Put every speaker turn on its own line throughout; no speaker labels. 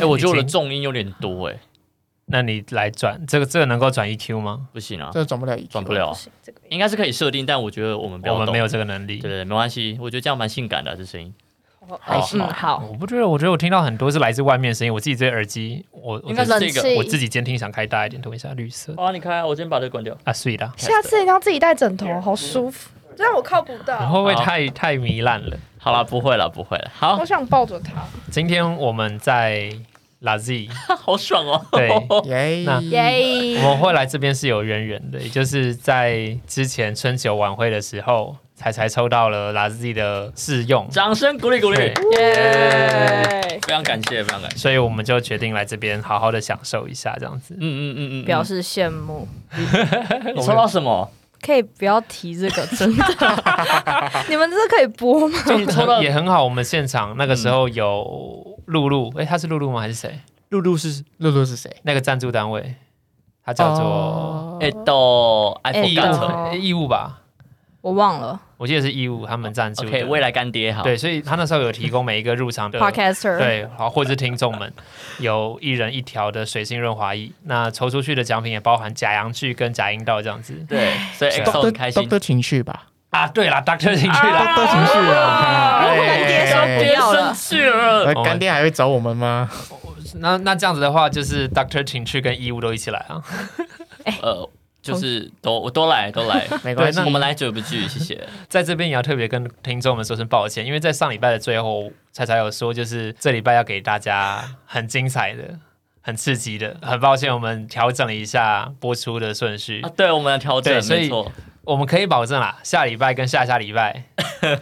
哎、我觉得我的
已经
重音有点多、哎，
那你来转这个，这个能够转 EQ 吗？
不行啊
真，的转不了 EQ，
转不了
不。行，这个
应该是可以设定，但我觉得我们不要
我们
动
没有这个能力
对。对，对没关系，我觉得这样蛮性感的、这声音。
好嗯好，
我不觉得，我觉得我听到很多是来自外面的声音。我自己这耳机，我我
应该是
冷
这个
气，
我自己监听想开大一点，等我一下绿色
好啊，你开啊，我先把这个关掉。
啊，碎啦。
下次一定要自己带枕头，好舒服，这样我靠不
啊你
到，
会不会
好
太太糜烂了？
好啦，不会了，不会了。好
我，想抱着它。
今天我们在 La Z，
好爽哦。
对，
耶
那
耶
我！们会来这边是有渊源的，也就是在之前春酒晚会的时候，才才抽到了 La Z 的试用，
掌声鼓励鼓励，哎
对
耶！
非常感谢，非常感谢。
所以我们就决定来这边好好的享受一下，这样子。
嗯嗯嗯嗯，
表示羡慕，
嗯你抽到什么？
可以不要提这个，真的。 你们这可以播吗？
就你抽到
也很好，我们现场那个时候有露露，诶，他是露露吗？还是谁？
露露是
露露是谁？
那个赞助单位，他叫做
哦
哎到 iPhone
哎
义
到
干车
务义务吧，
我忘了
我记得是义务他们赞助
，OK，
的。
未来干爹好。
对，所以他那时候有提供每一个入 场的
，Podcaster。
对，好，或者是听众们有一人一条的水性润滑液，那抽出去的奖品也包含假阳具跟假阴道这样子
对，所以 XO 很开心。
的情绪吧，
啊。对啦 d o c t o r 进去了，
的情绪啊，
哎
哎
干爹说不
别
要
生
了，
气了，
呃干爹还会找我们吗？
哦
那那这样子的话，就是 Doctor 请去跟义务都一起来啊。
呃，就是都我都来都来，
没关系
对那我们来者不拒，谢 谢。
在这边也要特别跟听众们说声抱歉，因为在上礼拜的最后，彩彩有说，就是这礼拜要给大家很精彩的、很刺激的。很抱歉，我们调整了一下播出的顺序，
啊，对，我们来调整
对，所以
没错，
我们可以保证啦，下礼拜跟下下礼 拜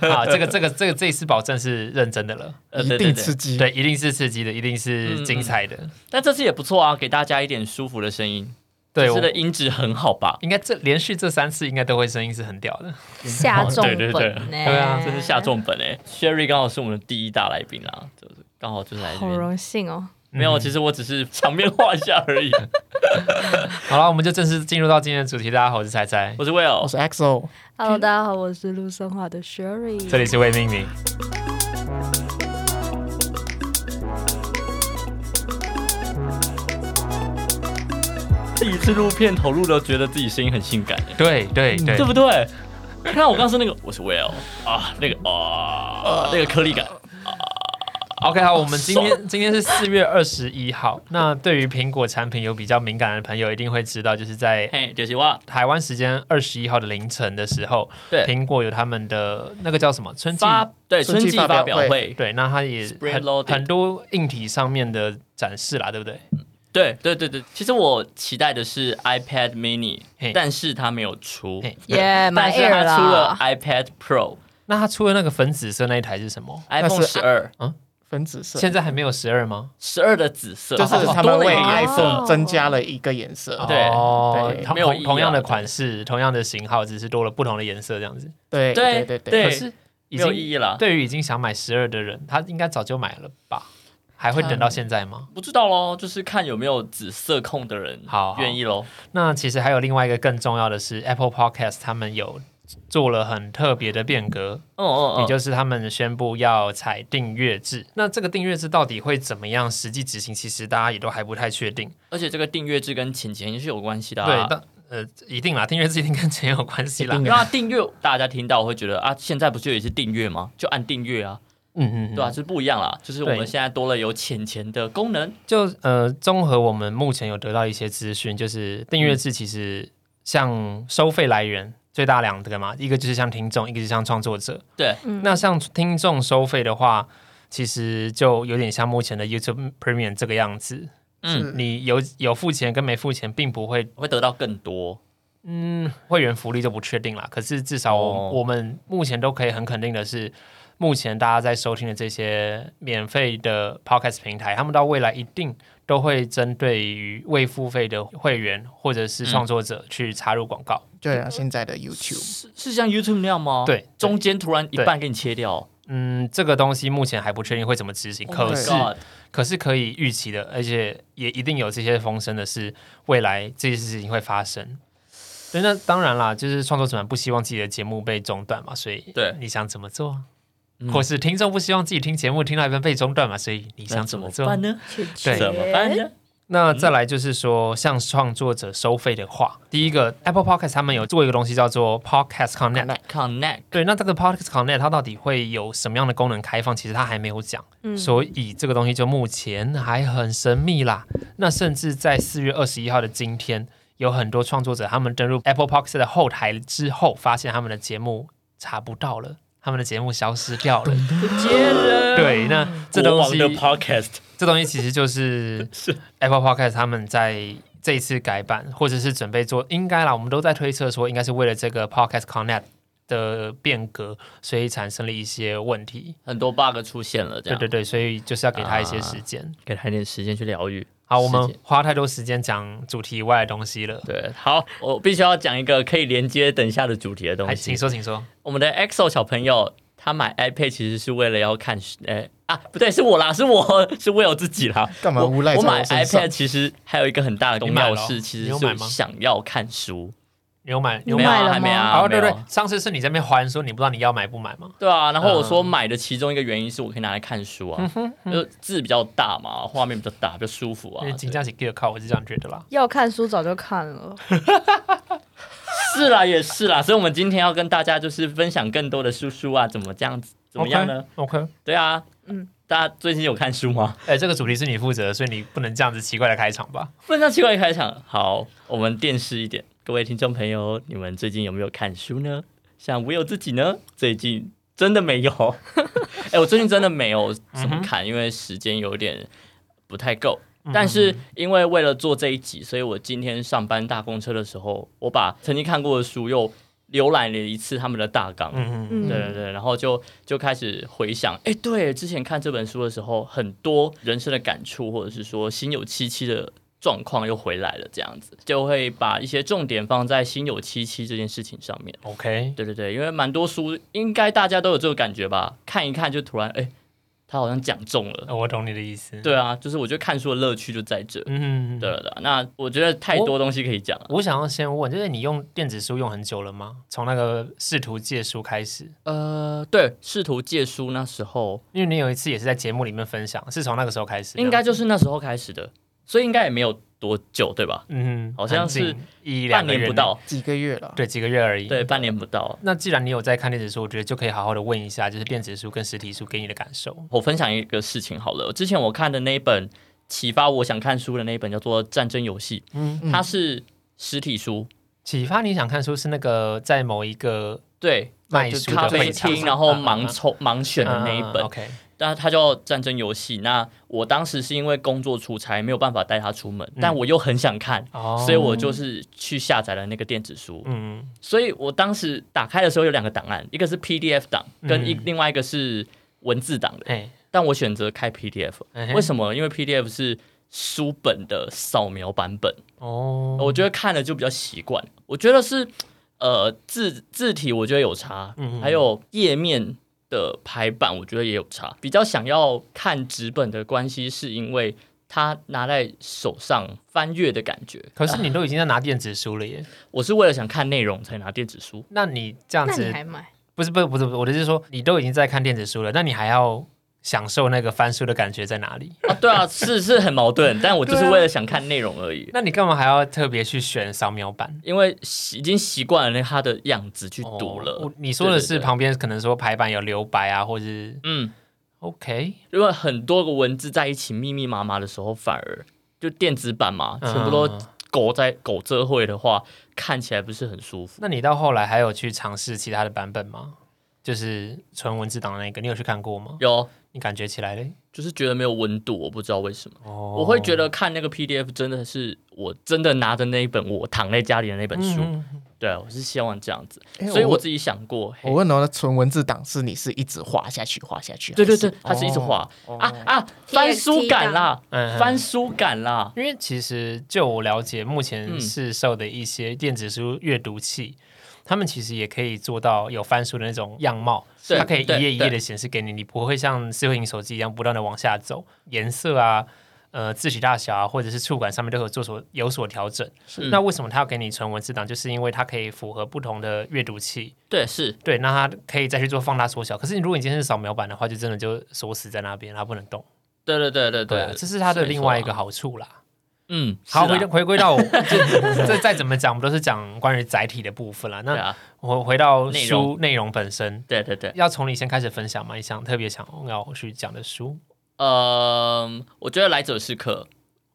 啊，这个这个这个这一次保证是认真的了，
呃
一
对
定
对对
刺激，
对，一定是刺激的，一定是精彩的。
但这次也不错啊，给大家一点舒服的声音，
对，
这
我
次的音质很好吧？
应该这连续这三次应该都会声音是很屌的。
下重
哦对对对
本呢？
对啊
真是下重本哎、Sherry 刚好是我们的第一大来宾啦，就是刚好就是来这
好
边。
荣幸哦。
没有，啊
嗯
其实我只是场面画一下 而已。
好了，我们就正式进入到今天的主题。大家好，我是彩彩，
我是
我
Will，
是 XO，
Hello，大家好，我是陆生华的 Sherry。
这里是未命名。
第一次录片头录都觉得自己声音很性感、欸，
对对对，
对不对？看我刚是那个，我是 Will 啊，那个啊，那个颗粒感，
OK，好，我们今天今天是四月二十一号。那对于苹果产品有比较敏感的朋友，一定会知道，就是在
嘿，就是哇，
台湾时间二十一号的凌晨的时候，
对
苹果有他们的那个叫什么春季
发对春
春季
季
发
发表
表
会，
对，那它也
Spring
很
loaded
很多硬体上面的展示啦，对不对？
嗯对对对对，其实我期待的是 iPad Mini，
嘿
但是它没有出，
嘿
耶，买
但是
Air
它出了
啦。
iPad Pro、
那它出的那个粉紫色那一台是什啊么？
iPhone 十二、
分子色，
现在还没有十二吗？
十二的紫色，
就是
哦
他
多了
们
一
为
个颜色
哦
iPhone 增加了一个颜色，
对
哦
对
同
没有啊一样
同同样的款式，同样的型号，只是多了不同的颜色这样子。
对
对
对对
对
可是已
没有意
经
义了。
对于已经想买十二的人，他应该早就买了吧？还会等
嗯
到现在吗？
不知道喽，就是看有没有紫色控的人
好好
愿意喽。
那其实还有另外一个更重要的是，Apple Podcast 他们有做了很特别的变革，
嗯嗯嗯，
也就是他们宣布要采订阅制。那这个订阅制到底会怎么样实际执行，其实大家也都还不太确定。
而且这个订阅制跟钱钱是有关系的、
对
啊。，
但呃，一定啦，订阅制一定跟钱有关系啦
一。定
那订阅大家听到会觉得啊，现在不就也是订阅吗？就按订阅啊，
嗯嗯，嗯
对啊，就是不一样啦。就是我
对
们现在多了有钱钱的功能，
就呃，综合我们目前有得到一些资讯，就是订阅制其实像收费来源最大两个嘛，一个就是像听众，一个就是像创作者。
对，
嗯
那像听众收费的话，其实就有点像目前的 YouTube Premium 这个样子。
嗯，
是
你有有付钱跟没付钱，并不会，
会得到更多。
嗯，会员福利就不确定啦。可是至少
哦
我们目前都可以很肯定的是，目前大家在收听的这些免费的 Podcast 平台，他们到未来一定都会针对于未付费的会员或者
嗯
是创作者去插入广告。
就像现在的 YouTube，
是是像 YouTube 那样吗？
对对
中间突然一半给你切掉。
嗯，这个东西目前还不确定会怎么执行，
Oh my
可是
God
可是可以预期的，而且也一定有这些风声的是，未来这些事情会发生。对，那当然啦，就是创作者们不希望自己的节目被中断嘛，所以
对
你想怎么做？
嗯
或是听众不希望自己听节目听到一半被中断嘛，所以你
那
想
怎
怎么
么
做
办呢？
对
怎么办呢？
那再来就是说，向创作者收费的话，第一个 Apple Podcast 他们有做一个东西叫做 Podcast Connect。
connect
对，那这个 Podcast Connect 它到底会有什么样的功能开放？其实它还没有讲，
嗯
嗯
所以这个东西就目前还很神秘啦。那甚至在四月二十一号的今天，有很多创作者他们登入 Apple Podcast 的后台之后，发现他们的节目查不到了，他们的节目消失掉了。
接着
对，那这
国
东
王
西
的 podcast
这东西其实就是 Apple Podcast 他们在这一次改版，或者是准备做，应该啦，我们都在推测说，应该是为了这个 Podcast Connect 的变革，所以产生了一些问题。
很多 bug 出现了，这
对
样
对对，所以就是要给他一些时间。
给他一点时间去疗愈。
好，我
啊时
们
间
花太多时间讲主题以外的东西了。
对，好，我必须要讲一个可以连接等一下的主题的东
还
西
请。说，请说。
我们的 EXO 小朋友，他买 iPad 其实是为了要看，呃啊，不对，是我啦，是我 是为我自己啦。
干嘛
我
无赖在
我
我
买
身上
iPad 其实还有一个很大的
你
重
买
要
了
是，其
你
实
有
是
买
我
吗
想要看书。
你有买？你
你
有
没有
买？
啊
买了
还没
吗
啊，
哦，对
没
对
有，
上次是你在那边还说你不知道你要买不买吗？
对啊，然后我
嗯
说买的其中一个原因是我可以拿来看书啊，就字比较大嘛，画面比较大，比较舒服啊
因为。金价是 g e 靠，我是这样觉得啦。
要看书早就看了，
是啦，也是啦，所以我们今天要跟大家就是分享更多的书书啊，怎么这样子，怎么样呢？
？OK，
对啊，
嗯
大家最近有看书吗？
哎，这个主题是你负责的，所以你不能这样子奇怪的开场吧？
不能这样奇怪的开场。好，我们电视一点，各位听众朋友，你们最近有没有看书呢？像我有自己呢，最近真的没有。哎、我最近真的没有怎么看，因为时间有点不太够。
嗯
但是因为为了做这一集，所以我今天上班搭公车的时候，我把曾经看过的书又浏览了一次他们的大纲。
嗯嗯。
嗯
对对对，然后就就开始回想，哎，对，之前看这本书的时候，很多人生的感触，或者是说心有戚戚的状况又回来了，这样子就会把一些重点放在心有戚戚这件事情上面。
OK，
对对对，因为蛮多书，应该大家都有这个感觉吧？看一看就突然，哎，他好像讲中了。
呃我懂你的意思。，
对啊，就是我觉得看书的乐趣就在这。
嗯，
对。了啊对了，那我觉得太多东西可以讲了。
我想要先问，就是你用电子书用很久了吗？从那个试图借书开始，
呃，对，试图借书那时候，
因为你有一次也是在节目里面分享，是从那个时候开始，
应该就是那时候开始的，所以应该也没有多久，对吧？
嗯，
好像是
很近一两
半
个月
年
内
不，到，
几个月了，
对，几个月而已。
对，，半年不到。
那既然你有在看电子书，我觉得就可以好好的问一下，就是电子书跟实体书给你的感受。
我分享一个事情好了，之前我看的那一本启发我想看书的那一本叫做《战争游戏》，
嗯，
它是实体书，
启发你想看书是那个在某一个
对，
卖
就
哎书
咖
的啊
啡
会场嗯
厅，然后盲抽盲选的那一本，
啊 OK，
那它叫《战争游戏》。那我当时是因为工作出差没有办法带它出门，
嗯
但我又很想看。
哦，
所以我就是去下载了那个电子书，
嗯
所以我当时打开的时候有两个档案，一个是 PDF 档，跟一、
嗯
另外一个是文字档的。
哎，
但我选择开 PDF，
嗯哼
为什么？因为 PDF 是书本的扫描版本，
哦，
我觉得看了就比较习惯。我觉得是呃字字体我觉得有差，
嗯
还有页面的排版我觉得也有差。比较想要看纸本的关系，是因为它拿在手上翻阅的感觉。
可是你都已经在拿电子书了耶，
我是为了想看内容才拿电子书。
那你这样
那你
子
还买？
不是不是不是，我的意思是说，你都已经在看电子书了，那你还要享受那个翻书的感觉在 哪里？
啊，对啊，是是很矛盾，但我就是
啊
为了想看内容而已，
那你干嘛还要特别去选扫描版？
因为习已经习惯了那它的样子去读了。
哦我你说的
对
是
对对
旁边可能说排版有留白啊，或是
嗯，
OK，
因为很多个文字在一起密密麻麻的时候，反而就电子版嘛，全部都
嗯
狗在狗这会的话，看起来不是很舒服。
那你到后来还有去尝试其他的版本吗？就是纯文字档的那个，你有去看过吗？
有，
你感觉起来嘞？
就是觉得没有温度，我不知道为什么。
哦
我会觉得看那个 PDF 真的是我真的拿着那一本我躺在家里的那本书，
嗯嗯
对啊，我是希望这样子，
哎
所以
我
我自己想过，嘿
我问哦，那纯文字档是你是一直滑下去，滑下去，
对对
还是
对，，它是一直画、
哦
啊啊，翻书感
哦
啦，
嗯
翻书感啦，
因为其实就我了解，目前
嗯
市售的一些电子书阅读器，他们其实也可以做到有翻书的那种样貌，
对
它可以一
对
页一页
对
的显示给你，你不会像智慧型手机一样不断的往下走，颜色啊。呃字体大小啊，或者是触感上面都有做所有所调整。
嗯
那为什么它要给你纯文字档？就是因为它可以符合不同的阅读器，
对，是
对，那它可以再去做放大缩小。可是你如果你今天是扫描版的话，就真的就锁死在那边，它不能动。
对对对对
对啊，这是它的另外一个，好处啦。
嗯，
好，回
是啦
回归到我这这再怎么讲，我们都是讲关于载体的部分啦。
对
那
啊，
我回到
内
书内容本身，
对对对，
要从你先开始分享吗？你想特别想要去讲的书？
嗯，我觉得来者是客，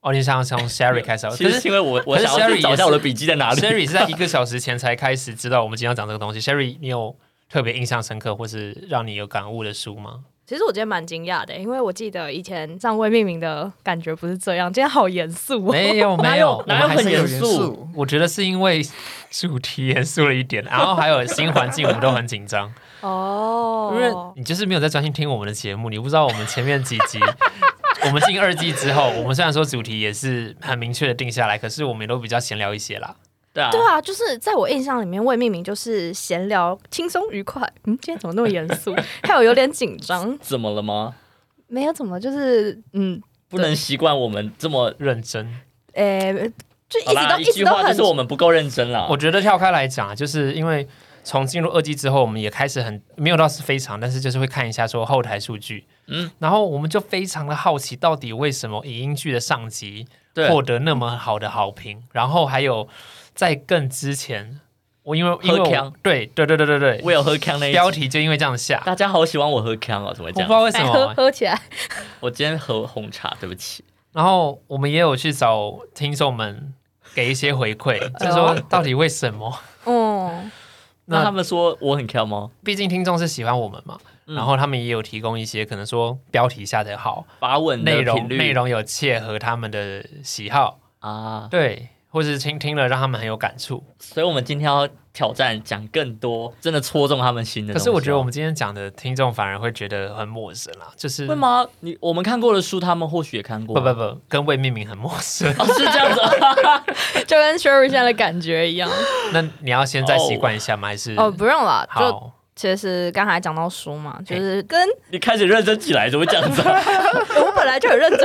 哦，你想从 Sherry 开始？啊
其实
可
是
是
因为我我
可是
想要
Sherry
去找一下
也
我
是
的笔记在哪里
Sherry 是在一个小时前才开始知道我们今天要讲这个东西。Sherry，你有特别印象深刻或是让你有感悟的书吗？
其实我今天蛮惊讶的，因为我记得以前上位命名的感觉不是这样，今天好严肃哦。
没有，
哪
没
有
有，
哪
我们
很
还是有
严
严
肃
肃，
我觉得是因为主题严肃了一点，然后还有新环境，我们都很紧张。
哦，
因为你就是没有在专心听我们的节目，你不知道我们前面几集， 我们进二季之后，我们虽然说主题也是很明确的定下来，可是我们也都比较闲聊一些啦。
对啊，
对啊，就是在我印象里面，未命名就是闲聊、轻松愉快。嗯，今天怎么那么严肃？还有有点紧张，
怎么了吗？
没有怎么就是嗯，
不能习惯我们这么。
认真，
诶、就
好
一直
啦，
都
一
直
句
都
话就
很
是我们不够认真啦。
我觉得跳开来讲，就是因为从进入二季之后，我们也开始很没有到是非常，但是就是会看一下说后台数据，
嗯
嗯，然后我们就非常的好奇，到底为什么影音剧的上集
对
获得那么好的好评，然后还有在更之前。我因为因为
喝呛
我对对对对对对，
我有喝康那一
标
集，
题就因为这样下，
大家好喜欢我喝康哦，怎么
我
会这
不知
样？
道为什
来哎喝
么。
喝起来。
我今天喝红茶，对不起。
然后我们也有去找听众们给一些回馈，就是说到底为什么？
嗯，
哦那他
那
们说我很强吗？
毕竟听众是喜欢我们嘛，
嗯
然后他们也有提供一些可能说标题下的好，
发文的
内容
频率
内容有切合他们的喜好，
啊，
对，或者是听听了让他们很有感触。
所以我们今天要挑战讲更多，真的戳中他们心的东
可
西
是
哦。
我觉得我们今天讲的听众反而会觉得很陌生啦，就是
会吗？你我们看过的书，他们或许也看过。
不不不，跟未命名很陌生。
哦，是这样子啊。
就跟 Sherry 现在的感觉一样。
那你要先再习惯一下吗？还是
嗯
哦，不用啦，就
好？
其实刚才讲到书嘛，就是跟
你开始认真起来，怎么会这样子啊？
我本来就很认真，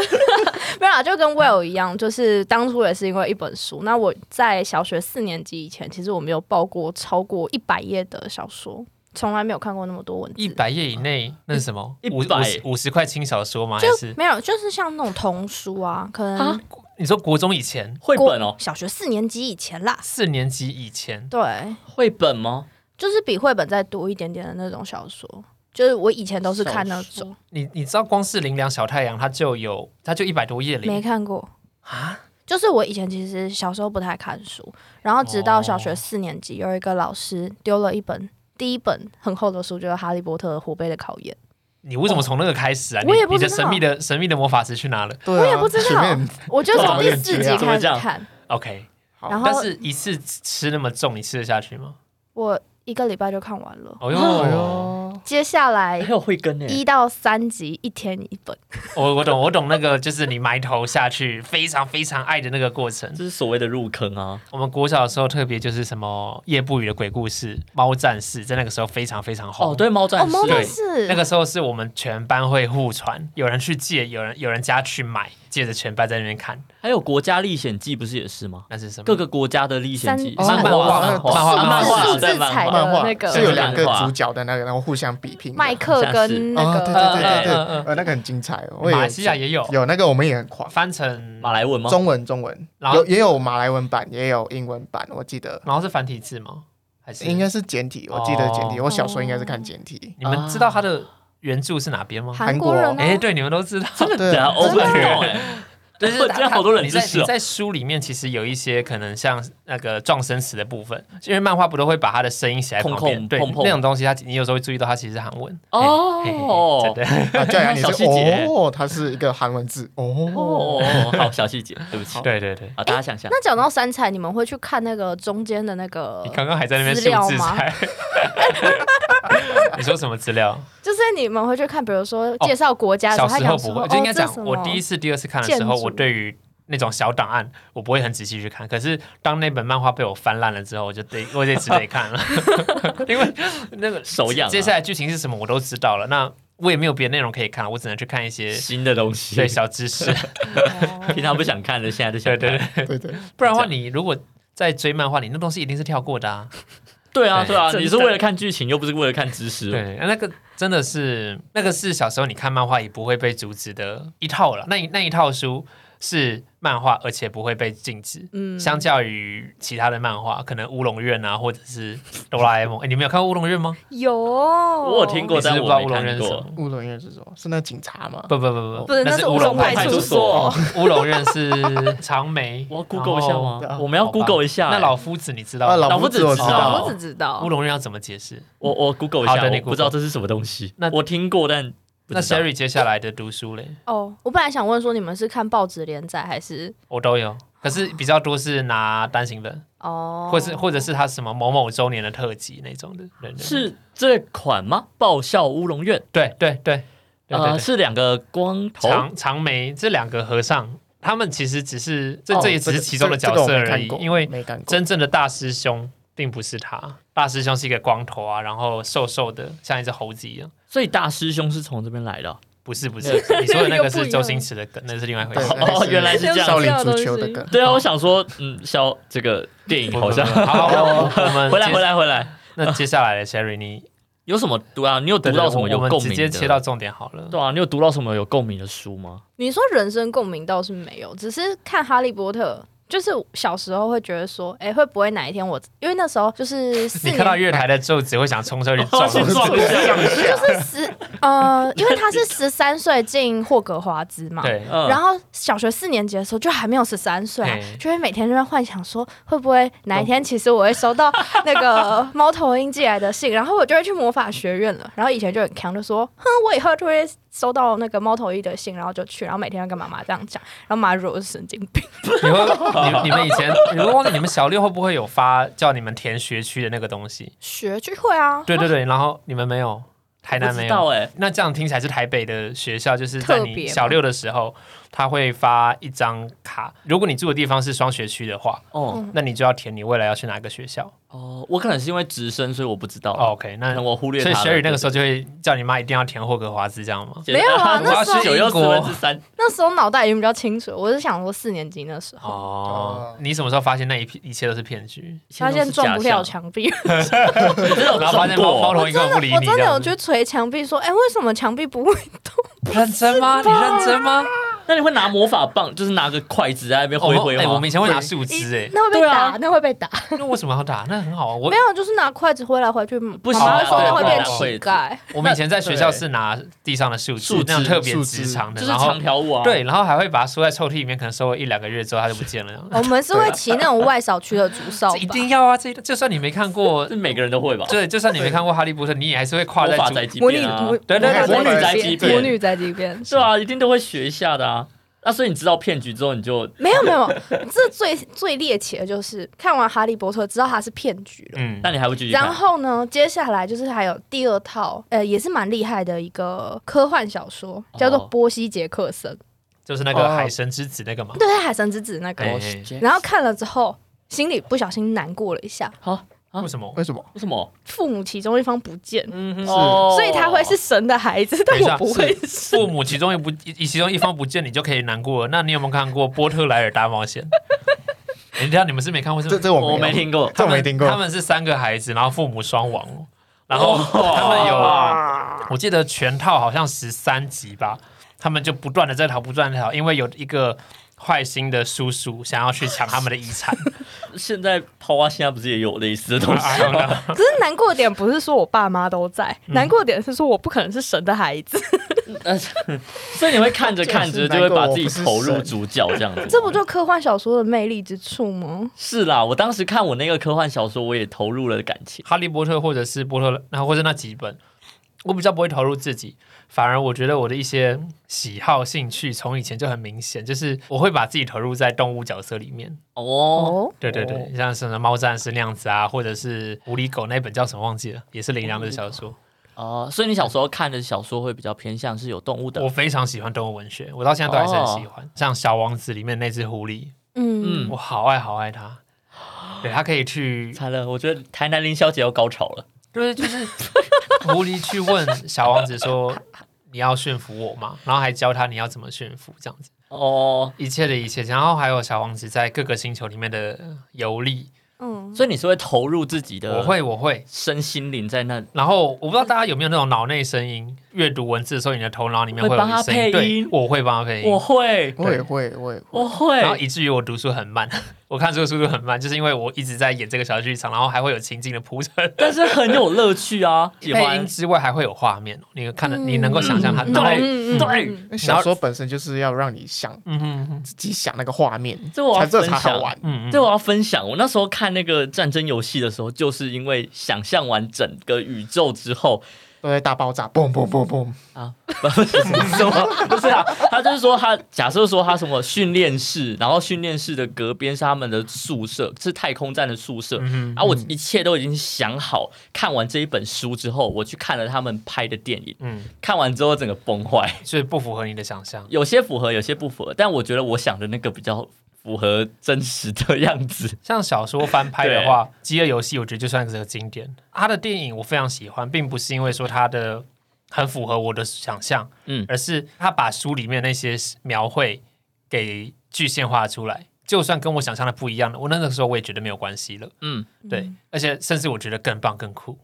没有啦，就跟 Will 一样，就是当初也是因为一本书。那我在小学四年级以前，其实我没有报过超过一百页的小说，从来没有看过那么多文字。
一百页以内，那是什么？
一
五
百
五十五十块轻小说吗？还
就是没有，就是像那种童书啊，可能
你说国中以前，
绘
国
本哦，
小学四年级以前啦，
四年级以前？
对，
绘本吗？
就是比绘本再多一点点的那种小说。就是我以前都是看那
小
种，
你你知道光是《林良小太阳》，它就有它就一百多页
没
里
看过。
啊？
就是我以前其实小时候不太看书，然后直到小学
哦
四年级，有一个老师丢了一本第一本很厚的书，就是《哈利波特：火杯的考 验
你为什么从那个开始啊？
我也
你
不
你的
知
神
道
秘的神秘的魔法师去哪了
对啊
我也不知道
前面》，
我就从第四集
怎么
开始
这样
看，
？OK，
好
然后
哦但是一次吃那么重，你吃得下去吗？
我一个礼拜就看完了。
哦呦，哎
哎
我
呦，
接下来
还有慧根呢？
一到三集一天一本，
我懂我懂那个就是你埋头下去非常非常爱的那个过程。
这是所谓的入坑啊。
我们国小的时候特别就是什么夜不语的鬼故事、猫战士，在那个时候非常非常红。
哦，对，猫战
哦，
士，
猫
对
战士
那个时候是我们全班会互传，有人去借，有人有人家去买，借着全班在那边看，
还有《国家历险记》不是也是吗？
那是什么？
各个国家的历险记，
三
漫
哦
画、漫画、
是
漫画，
数
在
字
漫
彩
画
的
漫画
哎那个
是有两个
漫画
主角的那个，然后互相比拼的。
麦克跟那
啊，对
个
对对对
嗯嗯嗯
对，呃，那个很精彩哦，我也
马来西亚也有
有那个，我们也很狂。
翻成
马来文吗？
中文中文
然后
有也有马来文版，也有英文版，我记得
然后是繁体字吗？还是
应该是简体，我记得简体，
哦
我小时候应该是看简体。
你们知道它的原著是哪边吗？
韩国人啊
哎，
呢？
对，你们都知道。
真的
对啊
哦
假的？我不
真的
知道哎，
就
我
是
今天好多人
你在
知识
你
哦
在书里面其实有一些可能像那个撞生词的部分，因为漫画不都会把它的声音写在旁边，
碰碰
对
碰碰
那种东西它，你有时候会注意到它其实是韩文嘿嘿嘿
哦
真的。
啊，教养你
小
是
细节
哦，它是一个韩文字 哦。
哦，好小细节，对不起
对对对，
啊，大家想想，
那讲到三彩，你们会去看那个中间的那个
你刚刚还在那边数
资料
字
吗
猜， 你说什么资料？
就是你们会去看，比如说介绍国家的时
哦小
候，他
时候
讲
不
说
会，
哦，
就应该
这
讲
是什，么
我第一次、第二次看的
建
时候，
筑
我对于那种小档案，我不会很仔细去看。可是当那本漫画被我翻烂了之后，我就得，我 也只得看了，因为那个
手痒啊
接下来剧情是什么我都知道了。那我也没有别的内容可以看，我只能去看一些
新的东西
对，小知识。
平常不想看的，现在就想
对
看。
对对，
对对，
不然的话，你如果在追漫画，你那东西一定是跳过的啊。
对啊，对啊，
真的
你是为了看剧情，又不是为了看知识。
对，那个真的是那个是小时候你看漫画也不会被阻止的一套了。那一那一套书是漫画，而且不会被禁止。
嗯
相较于其他的漫画，可能《乌龙院》啊，或者是《哆啦 A 梦》诶你没有看过《乌龙院》吗？
有，
我
我
有听
你
过，
是不
但
是不知
我
道《
没
乌龙院》
看
是什
过。
么？
乌龙院是什么？是那警察吗？
不不不不
不是那
那
是
乌
乌龙
派
派
出
出
所
所，
乌龙院是长眉，
我要 Google 一下
然
吗？
后
我们要
啊好吧
Google 一下。欸
那老夫子你知道
啊
吗？
老夫
夫
子
我
知道
知道，
我只知道
乌龙院要怎么解释？
我我 Google 一
好
下，
的你
我不知
Google
道这是什么东西。
那
我听过，但不
那
知道
Sherry 接下来的读书嘞，
哦。我本来想问说，你们是看报纸连载还是
我都有，可是比较多是拿单行本，
哦？
或是或者是他什么某某周年的特辑那种的，对对对
是这款吗？爆笑乌龙院，
对对对对对
呃，
对，
是两个光头。
长长眉这两个和尚，他们其实只是这
哦
这也只
个
是其中的
这
角
个我
色
没
而
看
已，
过
因为
没看过
真正的大师兄并不是他，大师兄是一个光头啊，然后瘦瘦的，像一只猴子一样。
所以大师兄是从这边来的 哦。
不是不是
对，
你说的那个
又
是
不一样
周星驰的梗，那是另外一回
对
事。
哦
那
原来是这样
少林足球的梗。
对啊，我想说，嗯，肖这个电影好像
不不不好，我我们
回来
接
回。来回来，
那接下来的 Sherry，你
有什么读啊？你有读到什么有
我们
共
直
鸣
接切到
的？
重点好了。
对啊，你有读到什么有共鸣的书吗？
你说人生共鸣倒是没有，只是看《哈利波特》，就是小时候会觉得说，哎、会不会哪一天我，因为那时候就是 四
你看到
年，
月台的咒子会想冲上去
我
撞
去
他，
撞一下。
就是十呃，因为他是十三岁进霍格华兹嘛，
对，
嗯
然后小学四年级的时候就还没有十三岁、啊
嘿，
就会每天就在幻想说，会不会哪一天其实我会收到那个猫头鹰寄来的信，然后我就会去魔法学院了。然后以前就很强，就说，哼，我以后就会收到那个猫头鹰的信，然后就去，然后每天要跟妈妈这样讲，然后妈就说我是神经病。
你会你你们以前，你们忘记你们小六会不会有发叫你们填学区的那个东西？
学聚会啊，
对对对，然后你们没有，台南
不
没
知
有
道。哎，
那这样听起来是台北的学校，就是在
特
你
别吗
小六的时候，他会发一张卡。如果你住的地方是双学区的话，
哦
嗯
那你就要填你未来要去哪个学校。
哦，我可能是因为直升，所以我不知道。
哦 OK，
可
那
能我忽略
所
他
以
了。
Sherry 那个时候就会叫你妈一定要填霍格华兹，这样吗？
没有啊那时候
九又四
英国
分之三，
那时候脑袋已经比较清楚了，我是想说四年级那时候。
哦
哦，
你什么时候发现那一批一切都是骗局？
发现撞不掉墙壁，
你 真的有
然后发
撞
现猫
过？
猫
啊
头鹰根本不理
我
你，
真
这
的有
样子
去捶墙壁，说：“哎、为什么墙壁不会，
认真吗？你认真吗？
那你会拿魔法棒，就是拿个筷子在那边挥
我
挥
们哎，我
吗
们？以前会拿树枝哎
那会被
对
打，
啊
那会被打。”
那为什么要打？那很好啊，我
没有，就是拿筷子挥来挥去，不
行
妈妈
啊
会说
对
那会
不
变
能
挥
乞丐。
我们以前在学校
对
是拿地上的树枝
树，
那种
枝
特别
树
直
枝
长
就
的，
是
然后
长条舞啊。
对，然后还会把它收在抽屉里面，可能收了一两个月之后它就不见 了。
我们是会骑那种外扫区的竹扫
这
把，
一定要啊！这就算你没看过
这，每个人都会吧？
对，就算你没看过《哈利波特》，你也还是会跨
魔
在
法
竹
宅急
魔女
便啊
魔，
对对
对
魔
魔
女
女
宅
宅
急
急
便，
便
魔女宅急便。
对啊，一定都会学一下的啊。那所以你知道骗局之后，你就
没有没有，这最最猎奇的就是看完《哈利波特》知道它是骗局了。
嗯
那，你还会继续
然
看？
后呢，接下来就是还有第二套，呃，也是蛮厉害的一个科幻小说，叫做
哦
《波西·杰克森》，
就是那个
哦
海神之子那个嘛。
对，《海神之子》那个。
哎
然后看了之后，心里不小心难过了一下，
啊
哎为什 么？
为什么？
为什么？
父母其中一方不见，
嗯，
哦
所以他会是神的孩子，
等
但
一下
我不会是。
父母其中一不一其中一方不见，你就可以难过了。那你有没有看过《波特莱尔大冒险》？哎人家你们是没看过是吗？
这这我
我
没
没
有
听过。
这我没听过
他们是三个孩子，然后父母双亡哦，然后他们有，我记得全套好像十三集吧，他们就不断的在逃，不断的逃，因为有一个坏心的叔叔想要去抢他们的遗产。
现在抛啊，现在不是也有类似的东西
哎呦
吗？
可是难过点不是说我爸妈都在，难过点是说我不可能是神的孩子，
呃所以你会看着看着就会把自己投入主角这样子。
这不就科幻小说的魅力之处吗？
是啦，我当时看我那个科幻小说，我也投入了感情。
哈利波特或者是波特，然后或者那几本，我比较不会投入自己，反而我觉得我的一些喜好、兴趣从以前就很明显，就是我会把自己投入在动物角色里面。
哦，
哦，
对对对，
哦
像是猫战士那样子啊，或者是狐狸狗那本叫什么忘记了，也是林良的小说。
哦，所以你小时候看的小说会比较偏向是有动物的哦
我非常喜欢动物文学，我到现在都还是很喜欢。像《小王子》里面那只狐狸，
嗯，
嗯
我好爱好爱它。对，它可以去
惨了，我觉得台南林小姐要高潮了。
对，就是狐狸去问小王子说：“你要驯服我嘛，然后还教他你要怎么驯服这样子，
哦，
一切的一切，然后还有小王子在各个星球里面的游历，
嗯，
所以你是会投入自己的，
我会我会。
身心灵在那里。
然后我不知道大家有没有那种脑内声音，阅读文字的时候，你的头脑里面
会
会有
帮
一
他
个声
配
音，对
音，
我会帮他配音
我。会，
我也会，我也
我会
然，后以至于我读书很慢， 我看书的速度很慢，就是因为我一直在演这个小剧场，然后还会有情境的铺陈，
但是很有乐趣啊！喜
配音
欢
之外还会有画面，哦你看的
嗯
你能够想象它，
嗯
然后
嗯嗯
对
嗯
那小说本身就是要让你想
嗯哼哼
自己想那个画面，
这我要
才这
分
才好
享。
玩。
嗯嗯，
这我要分享。我那时候看那个战争游戏的时候，就是因为想象完整个宇宙之后，
都在大爆炸，嘣嘣嘣嘣，
啊，不是什么， 不是啊，他就是说他假设说他什么训练室，然后训练室的隔边是他们的宿舍，是太空站的宿舍。
嗯
啊，我一切都已经想好。看完这一本书之后，我去看了他们拍的电影，
嗯，
看完之后整个崩坏，
所以不符合你的想象。
有些符合，有些不符合。但我觉得我想的那个比较符合真实的样子。
像小说翻拍的话，《饥饿游戏》我觉得就算是个经典。它的电影我非常喜欢，并不是因为说它的很符合我的想象，
嗯
而是它把书里面那些描绘给具现化出来。就算跟我想象的不一样，我那个时候我也觉得没有关系了。
嗯，
对，而且甚至我觉得更棒、更酷。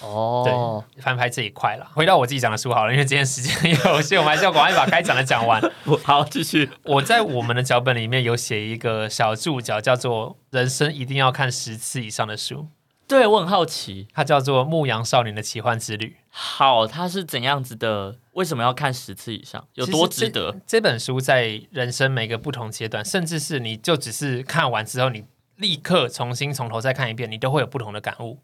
哦，
翻拍这一块啦，回到我自己讲的书好了，因为今天时间 有限，我们还是要赶快把该讲的讲完。
我好继续。
我在我们的脚本里面有写一个小注脚，叫做“人生一定要看十次以上的书
对我很好奇”，，
它叫做《牧羊少年的奇幻之旅
好，它是怎样子的？为什么要看十次以上？有多值得？》。
这本书在人生每个不同阶段，甚至是你就只是看完之后，你立刻重新从头再看一遍，你都会有不同的感悟。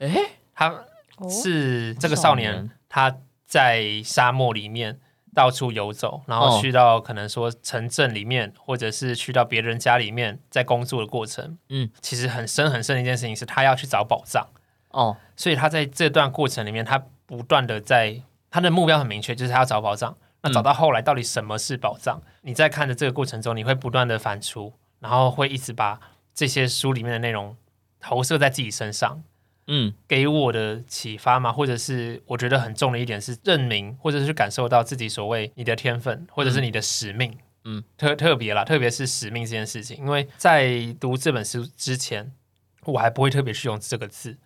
哎、
他
哦
是这个少
少年
年，他在沙漠里面到处游走，然后
哦
去到可能说城镇里面，或者是去到别人家里面，在工作的过程，
嗯，
其实很深很深的一件事情是他要去找宝藏，
哦，
所以他在这段过程里面，他不断的在他的目标很明确，就是他要找宝藏。那找到后来到底什么是宝藏？你在看的这个过程中，你会不断的反刍，然后会一直把这些书里面的内容投射在自己身上。
嗯，
给我的启发嘛，或者是我觉得很重的一点是认明，或者是感受到自己所谓你的天分，或者是你的使命。
嗯，
特特别啦，特别是使命这件事情，因为在读这本书之前，我还不会特别去用这个字。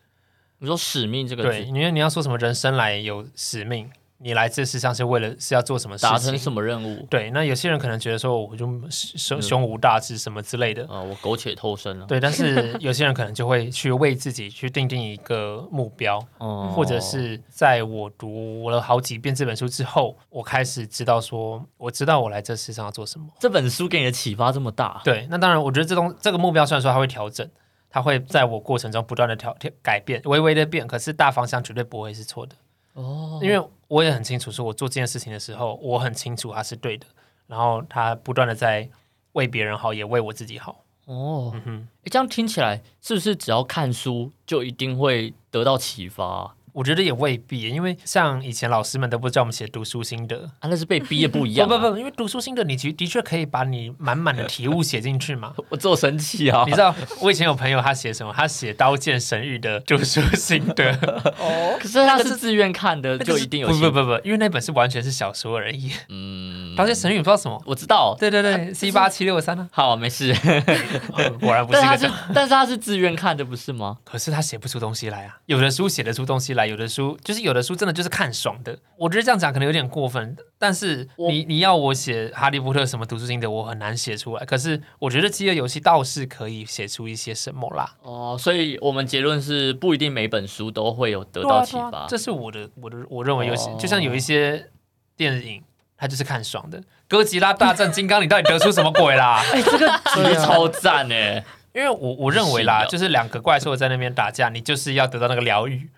你说使命这个
对，
字，
因为你要说什么人生来有使命，你来这世上是为了是要做什么事
达成
情？
什么嗯任务？
对，那有些人可能觉得说，我就胸胸无大志什么之类的。
呃，我苟且偷生了，
对，但是有些人可能就会去为自己去定定一个目标，
哦
或者是在我读了好几遍这本书之后，我开始知道说，我知道我来这世上要做什么。
这本书给你的启发这么大，
对，那当然，我觉得这东这个目标虽然说它会调整，它会在我过程中不断的调调改变，微微的变，可是大方向绝对不会是错的。
哦，
因为我也很清楚，说我做这件事情的时候，我很清楚它是对的，然后它不断的在为别人好，也为我自己好。
哦，
嗯哼，
诶这样听起来是不是只要看书就一定会得到启发啊？
我觉得也未必，因为像以前老师们都不是叫我们写读书心得，
啊那是被逼的不一样、啊
不不，不，因为读书心得，你其实的确可以把你满满的体悟写进 去嘛。
我做神器啊
你！知道我以前有朋友他写什么？他写《刀剑神域》的读书心得，
哦，
可是他是自愿看的，
那个
就是一定有
不不
启
不不，因为那本是完全是小说而已，《
嗯，
刀剑神域》不知道什么。
我知道，
对 对对，C 八七六三啊，
好，没事，
嗯果然不是
但
一
他
个
是
讲。
但是他是自愿看的，不是吗？
可是他写不出东西来啊，有的书写得出东西来，有的书就是有的书真的就是看爽的。我觉得这样讲可能有点过分，但是
我
你你要我写《哈利波特》什么读书心得，我很难写出来。可是我觉得《饥饿游戏》倒是可以写出一些什么啦。
哦，所以我们结论是不一定每本书都会有得
对啊
到启
对啊
发。
这是我的我的我认为有些、
哦
就像有一些电影，它就是看爽的。哥吉拉大战金刚，你到底得出什么鬼啦？
哎、这个其
啊
实超赞哎、
因为我我认为啦，
是的哦
就是两个怪兽在那边打架，你就是要得到那个疗愈，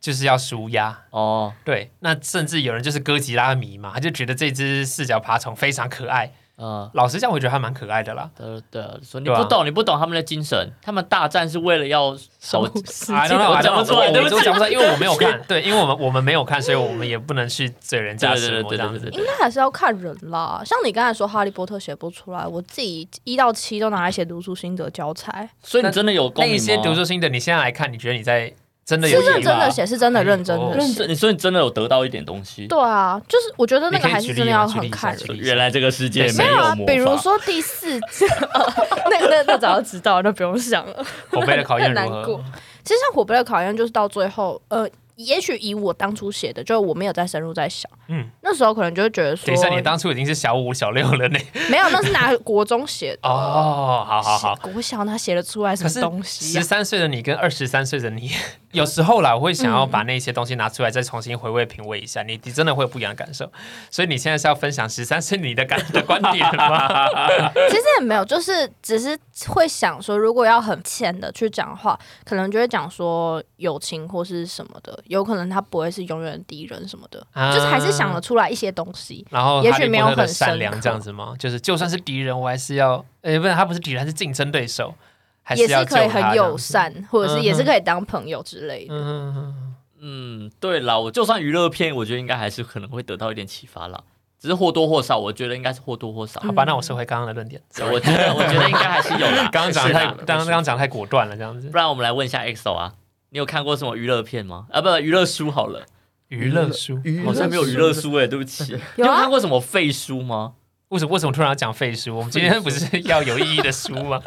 就是要舒压。
哦，
对，那甚至有人就是哥吉拉迷嘛，他就觉得这只四脚爬虫非常可爱。
呃，
老实讲，我觉得还蛮可爱 的啦。
对对，说你
对啊
不懂，你不懂他们的精神，他们大战是为了要守。
I don't know，
我
I don't
讲不
know，
出来
我
对不起
我讲不出来，因为我没有看。对，因为我们我们没有看，所以我们也不能去嘴人
对
家
对
什
对
么这
对
样
对
子
对。
哦应
对，
该还是要看人啦。像你刚才说《哈利波特》写不出来，我自己一到七都拿来写读书心得教材。
所以你真的有共
那
鸣吗哦
一些读书心得，你现在来看，你觉得你在真的
是
有意义
认真
吧
的写，是真的认真
哦
的
认
写。
真，你说你真的有得到一点东西？
对啊，就是我觉得那
你
个
可以
还
举
是
例
真的
吗
要
举例
很
一下
看
举
就
例
原来这个世界
没
没
有
有
啊
魔，法。
比如说第四集， 呃那那那早就知道，那不用想了。
口碑的考验
很难
如何？
过。其实像火杯的考验，就是到最后，呃，也许以我当初写的，就是我没有再深入再想，
嗯
嗯，那时候可能就会觉得说
等一，下，你当初已经是小五、小六 了呢。
没有，那是拿国中写的。
哦， 好好好。
写国小那写得出来
可
什么
是
东西、
十
啊？
三岁的你跟二十三岁的 你，有时候啦，我会想要把那些东西拿出来，再重新回味品味一下，你你真的会有不一样的感受。所以你现在是要分享十三 岁你的感的观点吗？
其实也没有，就是只是会想说，如果要很浅的去讲话，可能就会讲说友情或是什么的，有可能他不会是永远的敌人什么的，
嗯
就是还是想得出来一些东西。
啊然后
也
哈利
许没
波
有
特的
很
善
深
良
刻
这样子吗？就是就算是敌人，我还是要，呃，不是他不是敌人，他是竞争对手，还
也
要
是可以
救他
很
这样
友
子。
善，或者是也
嗯
是
哼
可以当朋友之类的。
嗯，嗯嗯
嗯，对啦，我就算娱乐片，我觉得应该还是可能会得到一点启发啦。只是或多或少，我觉得应该是或多或少。
好吧，那我收回刚刚的论 点。
我觉得，我觉得应该还是有
啊
啦。
刚刚讲
是
得
啦
太，刚刚刚讲得太果断了，这样子
不。然我们来问一下 EXO 啊，你有看过什么娱乐片吗？啊，不，娱乐书好了，
娱乐书，
娱
好
乐
像没有娱乐书哎、对不 起。你
有啊
有看过什么废书吗？
为什么为什么突然要讲废书？我们今天不是要有意义的书吗？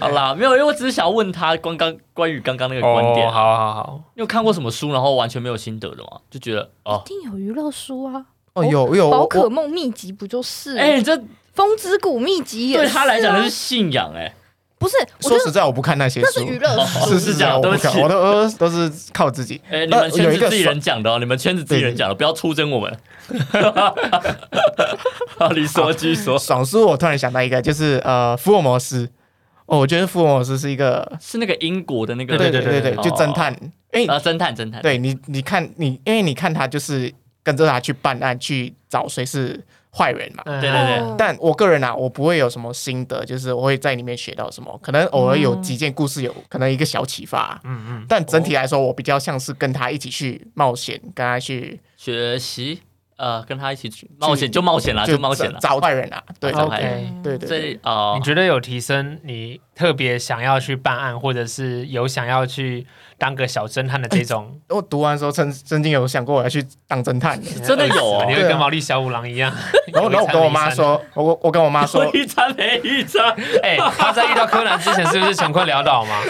好啦，没有，因为我只是想问他关刚关于刚刚那个观点，
哦，好好好，
你有看过什么书，然后完全没有心得的吗？就觉得哦
一，定有娱乐书啊，
哦，有有
宝
我
可梦秘籍不就是？
哎、这
风之谷秘籍也是啊
对他来讲的是信仰哎、
不是？我
说
觉
实
得
在，我不看那些
那
书
是，娱乐书，
哦
是
是
是
这样
我
对
不
不起
看，我都呃都是靠自己。
哎、你
呃
们圈
有一
子
个
自己
爽
人讲的哦，你们圈子自己人讲的，不要出征我们。 好，你说，继续说。
爽书，我突然想到一个，就是呃福尔摩斯。哦，我觉得福尔摩斯是一个，
是那个英国的那个，
对
对
对
对
对
哦
对，就侦探。哎，
啊，侦探，侦探，
对你，你看你，因为你看他就是跟着他去办案，去找谁是坏人嘛。
对
对对
哦
但我个人啊，我不会有什么心得，就是我会在里面学到什么，可能偶尔有
嗯
几件故事有可能一个小启发、
嗯嗯，
但整
哦
体来说，我比较像是跟他一起去冒险，跟他去
学习，呃，跟他一起去冒险，就冒险啦，就冒险啦。
找坏人啊，对
找
对
坏
，OK。
对
所
对，
以啊
你，觉得有提升你特别想要去办案，或者是有想要去当个小侦探的这 种？
我读完的时候曾曾经有想过我要去当侦探，
真的有哦
你会
对
跟
啊
毛利小五郎一样？
然后然后我跟我妈
啊
说，我我跟我妈说
有，一张没一张，
哎， 他在遇到柯南之前是不是穷困潦倒嘛？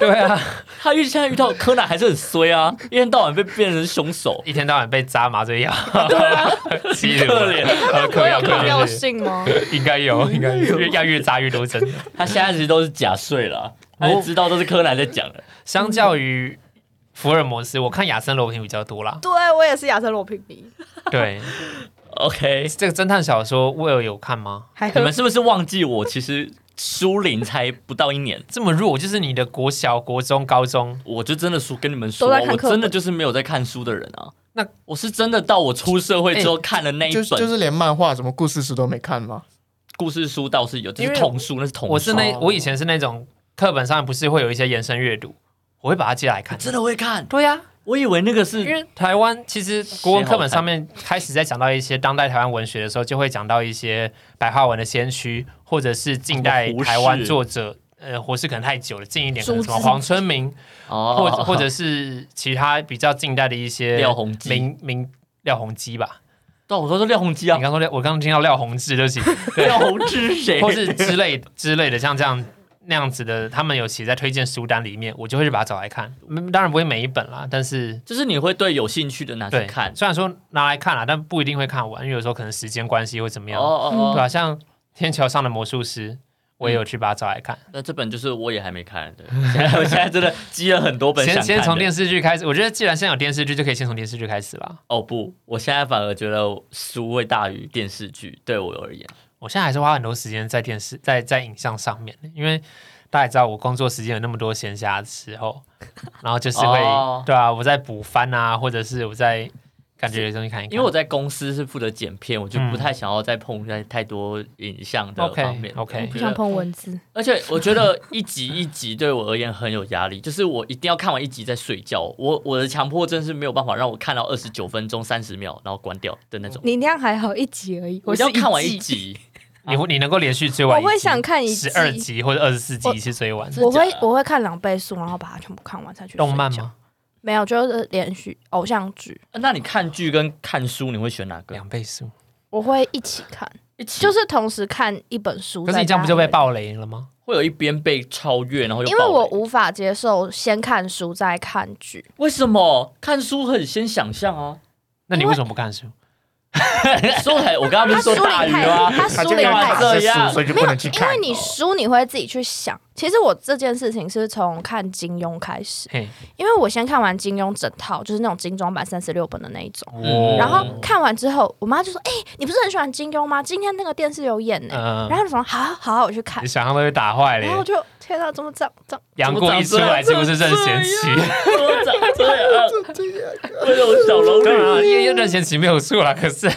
对啊，
他遇现在遇到柯南还是很衰 啊，一天到晚被变成凶手，
一天到晚被扎麻醉药， 对啊，
可怜。
可
有
怜，
重
可
要
怜，
性吗？
应该有，应该有，越要越扎越多针。
他现在其实都是假睡啦，
哦
他就知道都是柯南在讲的。
相较于福尔摩斯，我看亚森罗平比较多啦。
对我也是亚瑟罗平比，
对，
OK，
这个侦探小说，威尔有看吗？
还
你们是不是忘记我其实输赢才不到一年？
这么弱，就是你的国小、国中、高中，
我就真的说跟你们说
都在
啊，
看
我
课本
真的就是没有在看书的人啊。
那
我是真的到我出社会之后看了那一
就
本
就是连漫画什么故事书都没看吗？
故事书，倒是有，就
因
是
为
童书，那是童书。
我是那
哦
我以前是那种课本上不是会有一些延伸阅读，我会把它借来看。
啊哦真的会看，
对呀、
我以为那个
因
是
为台湾其实国文课本上面开始在讲到一些当代台湾文学的时候，就会讲到一些白话文的先驱，或者是近代
什么胡适
台湾作者，呃，或是可能太久了，近一点可能什么
朱自
黄春明，
哦
或者或者是其他比较近代的一些
廖鸿基
明明廖鸿基吧。
对，我说是廖鸿基啊
你，刚说廖，我刚刚听到廖鸿志，对 不起，
廖鸿基是谁？
或是之类之类的，像这样那样子的，他们有写在推荐书单里面，我就会去把它找来看。嗯当然不会每一本啦，但是
就是你会对有兴趣的拿去
对，
看。
虽然说拿来看啦，但不一定会看完，因为有时候可能时间关系或怎么样，
哦
嗯对啊
哦
吧、
哦，
像《天桥上的魔术师》，我也
嗯
有去把它找来看。
那这本就是我也还没看，对，现在我现 在真的积了很多本想
先
看的。
先从电视剧开始，我觉得既然现在有电视剧，就可以先从电视剧开始啦。
哦不，我现在反而觉得书会大于电视剧，对我而言。
我现在还是花很多时间在电视在在影像上面，因为大家也知道我工作时间有那么多闲暇的时候，然后就是会、
哦
对啊，我在补番啊，或者是我在感觉有东西看一看，
因为我在公司是负责剪片，我就
嗯
不太想要再碰太太多影像的
OK
方面。
OK
我
不
觉
想
得
碰文字，
而且我觉得一集一集对我而言很有压力，就是我一定要看完一集再睡觉。我我的强迫症是没有办法让我看到二十九分钟、三十秒然后关掉的那种。
你那样还好一集而已，
我一
是
定要看完一
季，
集，
你会你能够连续追完
我
一集，
会想看一
十二集或者二十四集
我
一次追完。
我会
真的假的
我会看两倍速，然后把它全部看完才去睡觉
动漫吗？
没有，就是连续偶像剧，
呃那你看剧跟看书，你会选哪个？
两倍速。
我会一起看，
一起
就是同时看一本书。
可是你这样不就被？爆雷了吗？
会有一边被超越，然后又
因为
爆
我
雷
无法接受先看书再看剧，
为什么看书很先想象啊？
那你为什么不看书？
所以我才我刚刚不
他
是
书
说
里
大鱼啊
太
吗？
他
他
书
就
里
没有
干
太
嘛
看
这
这些
样
书，所以就
没
不
有，
能去
因
看。
为你书你会自己去想。其实我这件事情是从看金庸开始，
嘿，
因为我先看完金庸整套，就是那种精装版三十六本的那一种。
嗯
然后看完之后，我妈就说：“哎、你不是很喜欢金庸吗？今天那个电视有演呢、
嗯
然后我说：“好啊好啊，我去看
你。想象都被打坏”
然后我
了。
就天哪，怎么这样这样？
杨过一出来是不是任贤齐？
我长 这样，为什么啊小龙
当然啊，
女？
因为任贤齐没有出来，可是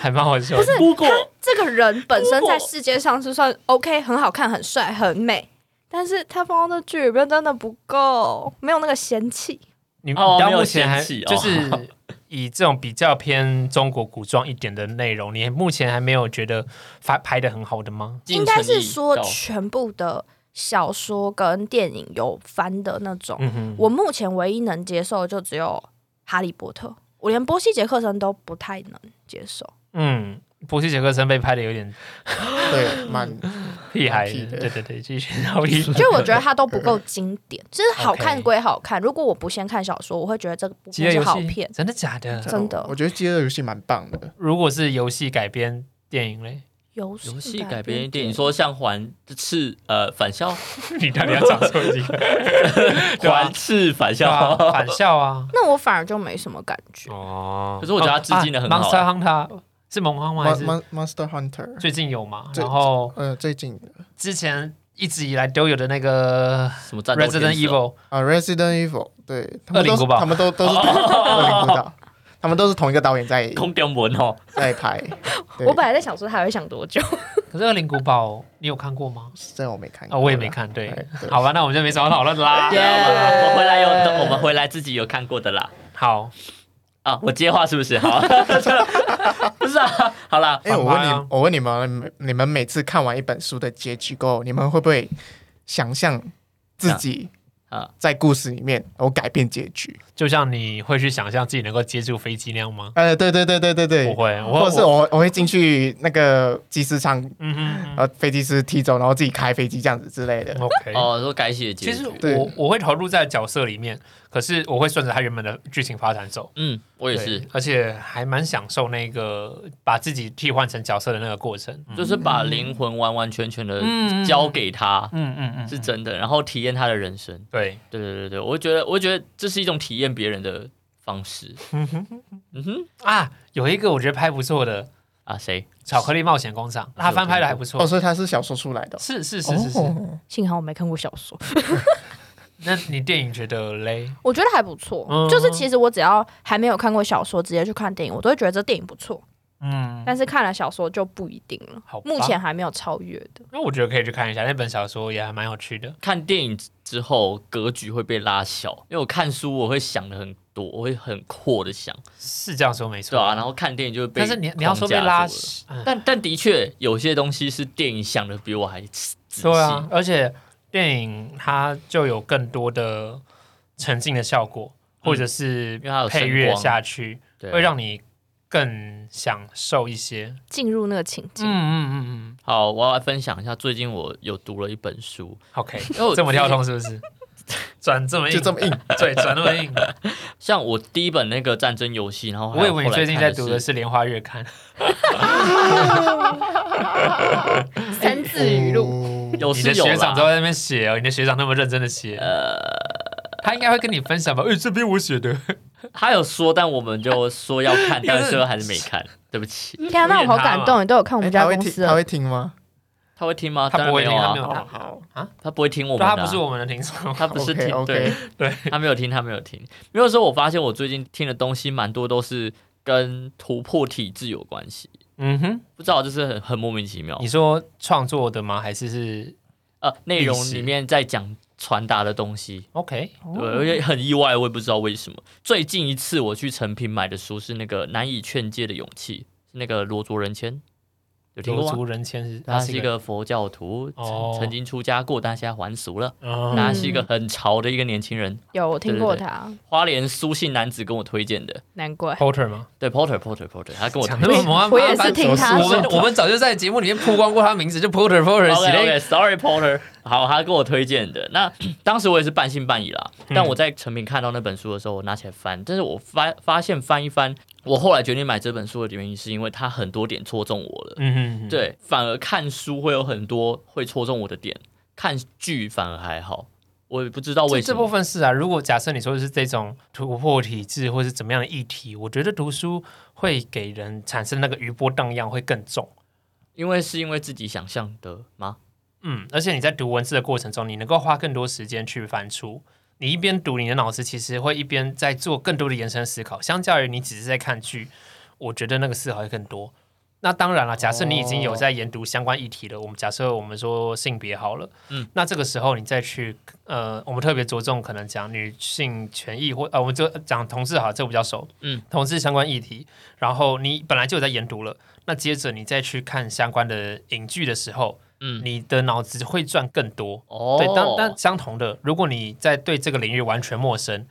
还蛮好笑的。
如果
这个人本身
如果
在世界上是算 OK，很好看，很帅，很美，但是他放到那剧里面真的不够，没有那个仙气。
你你
哦
到
没有
目前还
嫌弃哦
就是以这种比较偏中国古装一点的内容，你目前还没有觉得发拍的很好的吗？
应该是说
到
全部的小说跟电影有翻的那种。
嗯哼，
我目前唯一能接受的就只有《哈利波特》，我连波西·杰克森都不太能接受。
嗯，波西·杰克森被拍的有点
对，
嗯
蛮
屁孩，
屁的
对对对，继续好厉害。
就我觉得它都不够经典，就是好
OK
看归好看，如果我不先看小说，我会觉得这个部
饥
片
饿
是
游
好
戏
片。
真的假的？
真的
我觉得《饥饿游戏》蛮棒的。
如果是游戏改编电影嘞，
游
游
戏
戏改编电
电
影，说像还是呃返校，
你到底要找错几个？ 对啊
还是返
对啊
校？
反校啊！
那我反而就没什么感觉。
哦
可是我觉得他致敬得很好
啊 Monster Hunter 是萌荒吗？还
Mon
是
Mon Monster Hunter，
最近有嘛？
最
然后
呃，最近的
之前一直以来都有的那个
什么战斗
Resident
天使哦
Evil，
啊，《Resident Evil》，对，他们
恶灵
都是
古堡
他们 都都是恶灵古堡，他们都是同一个导演在
空中文哦，
在拍。对
我本来在想说他会想多久，
可是《恶灵古堡》你有看过 吗？
这我没看
啊，
过啦，
我也没看。对
哎，对
好吧，那我们就没什么讨论的 啦。
耶！啊我们回来有，我们回来自己有看过的啦。
好，
啊，我接话是不是？好， 不是啊，好啦，
哎，我
反
问
派啊
你，我问你们，你们每次看完一本书的结局后，你们会不会想象自己
啊啊
在故事里面我改变结局？
就像你会去想象自己能够接住飞机那样吗？
呃，对对对对对对，
不会，
或
我
者是我我会进去那个机师舱，
嗯哼
呃，飞机师踢走，然后自己开飞机这样子之类的
嗯。，OK。
哦，说改写结
其实
局，
对
我我会投入在角色里面，可是我会顺着他原本的剧情发展走。
嗯，我也是
对，，而且还蛮享受那个把自己替换成角色的那个过程。嗯
就是把灵魂完完全全的
嗯嗯
交给他，
嗯嗯嗯
是真的，然后体验他的人生。
对，
对对对对，我觉得，我觉得这是一种体验别人的方式。 嗯哼，
啊，有一个我觉得拍不错的《
啊，谁？
巧克力冒险工厂》，他翻拍的还不错
哦，。所以它是小说出来的哦。
是是是是是。
哦
幸好我没看过小说，
那你电影觉得嘞？
我觉得还不错。
嗯
就是其实我只要还没有看过小说，直接去看电影，我都会觉得这电影不错。
嗯，
但是看了小说就不一定了，
好吧，
目前还没有超越的。
那我觉得可以去看一下那本小说，也还蛮有趣的。
看电影之后格局会被拉小，因为我看书我会想的很多，我会很阔的想，
是这样说没错
对啊，然后看电影就会被
但
框架住
是
了。
你你要说被拉，嗯
但但的确有些东西是电影想的比我还仔细。
对啊，而且电影它就有更多的沉浸的效果，或者是
嗯因为它有
配
声
乐
光
下去，
对啊，
会让你更享受一些。
进入那个情
嗯
境，
嗯嗯嗯
好，我要来分享一下，最近我有读了一本书，
，OK，
因为我
这么跳通是不是？ 转这么硬，
就这么硬，
对，转那么硬。
像我第一本那个战争游戏，然后还有
我以为你
后来
最近
看
在
的
读
是
的是《莲花月刊》，
三字语录。
有
你
是
的
有
学
啦
长都在那边写哦，你的学长那么认真的写，他应该会跟你分享吧？哎，这边我写的，
他有说，但我们就说要 看，但是最后还是没看。对不起，
天啊，那我好感动，你都有看我
哎
们
他
家
会
公
听
司
他
了
会听吗？
他会听吗？
他不会
当
听，
然
他
没
没
有啊，
有，他
好，
他不会听我们
对
的啊、
他不是我们的听 众。
他不是听
OK
对
OK，
他没有听，他没有听。没有说，我发现我最近听的东西蛮多都是跟突破体制有关系，
嗯哼，
不知道就是很很莫名其妙
你。说创作的吗？还是是
呃，内容
历史
里面在讲传达的东西，
OK？
对，而且很意外，我也不知道为什么。最近一次我去成品买的书是那个《难以劝诫的勇气》，是那个罗卓仁谦。有听
有
过吗？
族人谦是
啊他是
一
一个佛教徒，
哦
曾曾经出家过，但现在还俗了。
哦
他是一个很潮的一个年轻人，
有我听过
对对
他，
花莲苏姓男子跟我推荐的，
难怪
porter 吗？
对 Porter Porter Porter，他跟我推
讲
荐
那么麻烦
我也是听他
我们
说
我们早就在节目里面曝光过他名字，就 porter porter 系
OK
列
OK Sorry Porter，好，他跟我推荐的。那 当时我也是半信半疑啦，
嗯
但我在成品看到那本书的时候，我拿起来翻，但是我发发现翻一翻，我后来决定买这本书的原因是因为它很多点戳中我了。
嗯哼哼，
对，反而看书会有很多会戳中我的点，看剧反而还好。我也不知道为
这
什
这
么
部。分是啊，如果假设你说的是这种突破体制或是怎么样的议题，我觉得读书会给人产生那个余波荡漾会更重。
因为是因为自己想象的吗？
嗯，而且你在读文字的过程中，你能够花更多时间去翻出。你一边读，你的脑子其实会一边在做更多的延伸思考。相较于你只是在看剧，我觉得那个思考会更多。那当然
哦
了，假设你已经有在研读相关议题了，我们假设我们说性别好了，
嗯，
那这个时候你再去呃，我们特别着重可能讲女性权益或呃，我们就讲同志好，这个比较熟，
嗯，
同志相关议题。然后你本来就有在研读了，那接着你再去看相关的影剧的时候，
嗯，
你的脑子会转更多。
哦
对，但但相同的，如果你在对这个领域完全陌生，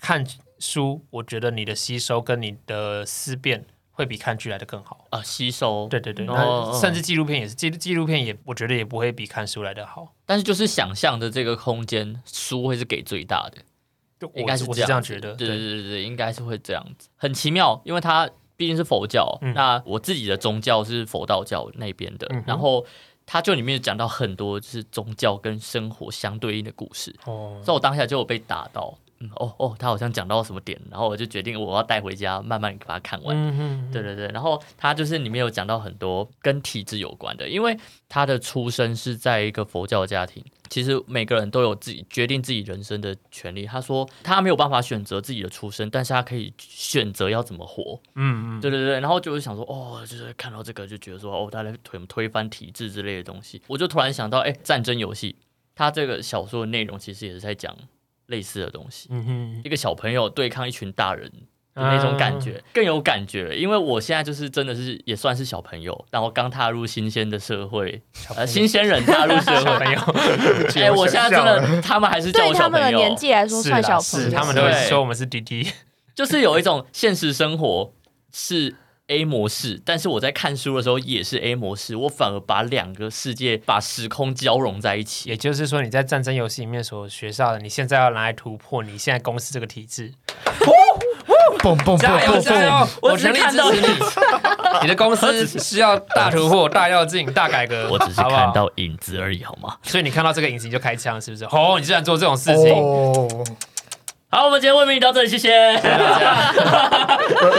看书，我觉得你的吸收跟你的思辨会比看剧来的更好。
啊，吸收，
对对对，
哦
那甚至纪录片也是，纪纪录片也，我觉得也不会比看书来的好。
但是就是想象的这个空间，书会是给最大的，
就我
应该是
我
这
是这样
子
觉得。
对对对对，应该是会这样子，很奇妙，因为它毕竟是佛教，
嗯
那我自己的宗教是佛道教那边的，
嗯哼
然后它就里面讲到很多就是宗教跟生活相对应的故事，
哦，
所以我当下就有被打到，嗯，哦哦，他好像讲到什么点，然后我就决定我要带回家慢慢把它看完。
嗯哼，
对对对，然后他就是里面有讲到很多跟体质有关的，因为他的出生是在一个佛教家庭，其实每个人都有自己决定自己人生的权利。他说他没有办法选择自己的出身，但是他可以选择要怎么活。
嗯嗯，
对对对，然后就是想说，哦，就是看到这个就觉得说，哦，他在推推翻体制之类的东西，我就突然想到，哎，战争游戏，他这个小说的内容其实也是在讲类似的东西，
嗯哼，
一个小朋友对抗一群大人的那种
啊
感觉，更有感觉。因为我现在就是真的是也算是小朋友，然后刚踏入新鲜的社会，呃，新鲜人踏入社
小
会。
啊朋友
哎、我现在真的，他们还是叫
对
我
他
小
们
朋
的
友
年，纪来说
是
算
啦
小朋
是，
友，
他们都会
对
说我们是弟弟。
就是有一种现实生活是 A 模式，但是我在看书的时候也是 A 模式，我反而把两个世界把时空交融在一
也
起。
就是说，你在战争游戏里面所学到的，你现在要拿来突破你现在公司这个体制。
蹦蹦蹦
加油
蹦
加油
蹦，！
我
我
只是
全力
看
支
到
持你。 你的公司需要大突破、大跃进、大改革，
我只是
好不
看
好？
到影子而已，好吗？
所以你看到这个影集就开枪，是不是？哦，你居然做这种事情，
哦，
好，我们今天问明到这里，谢谢。
认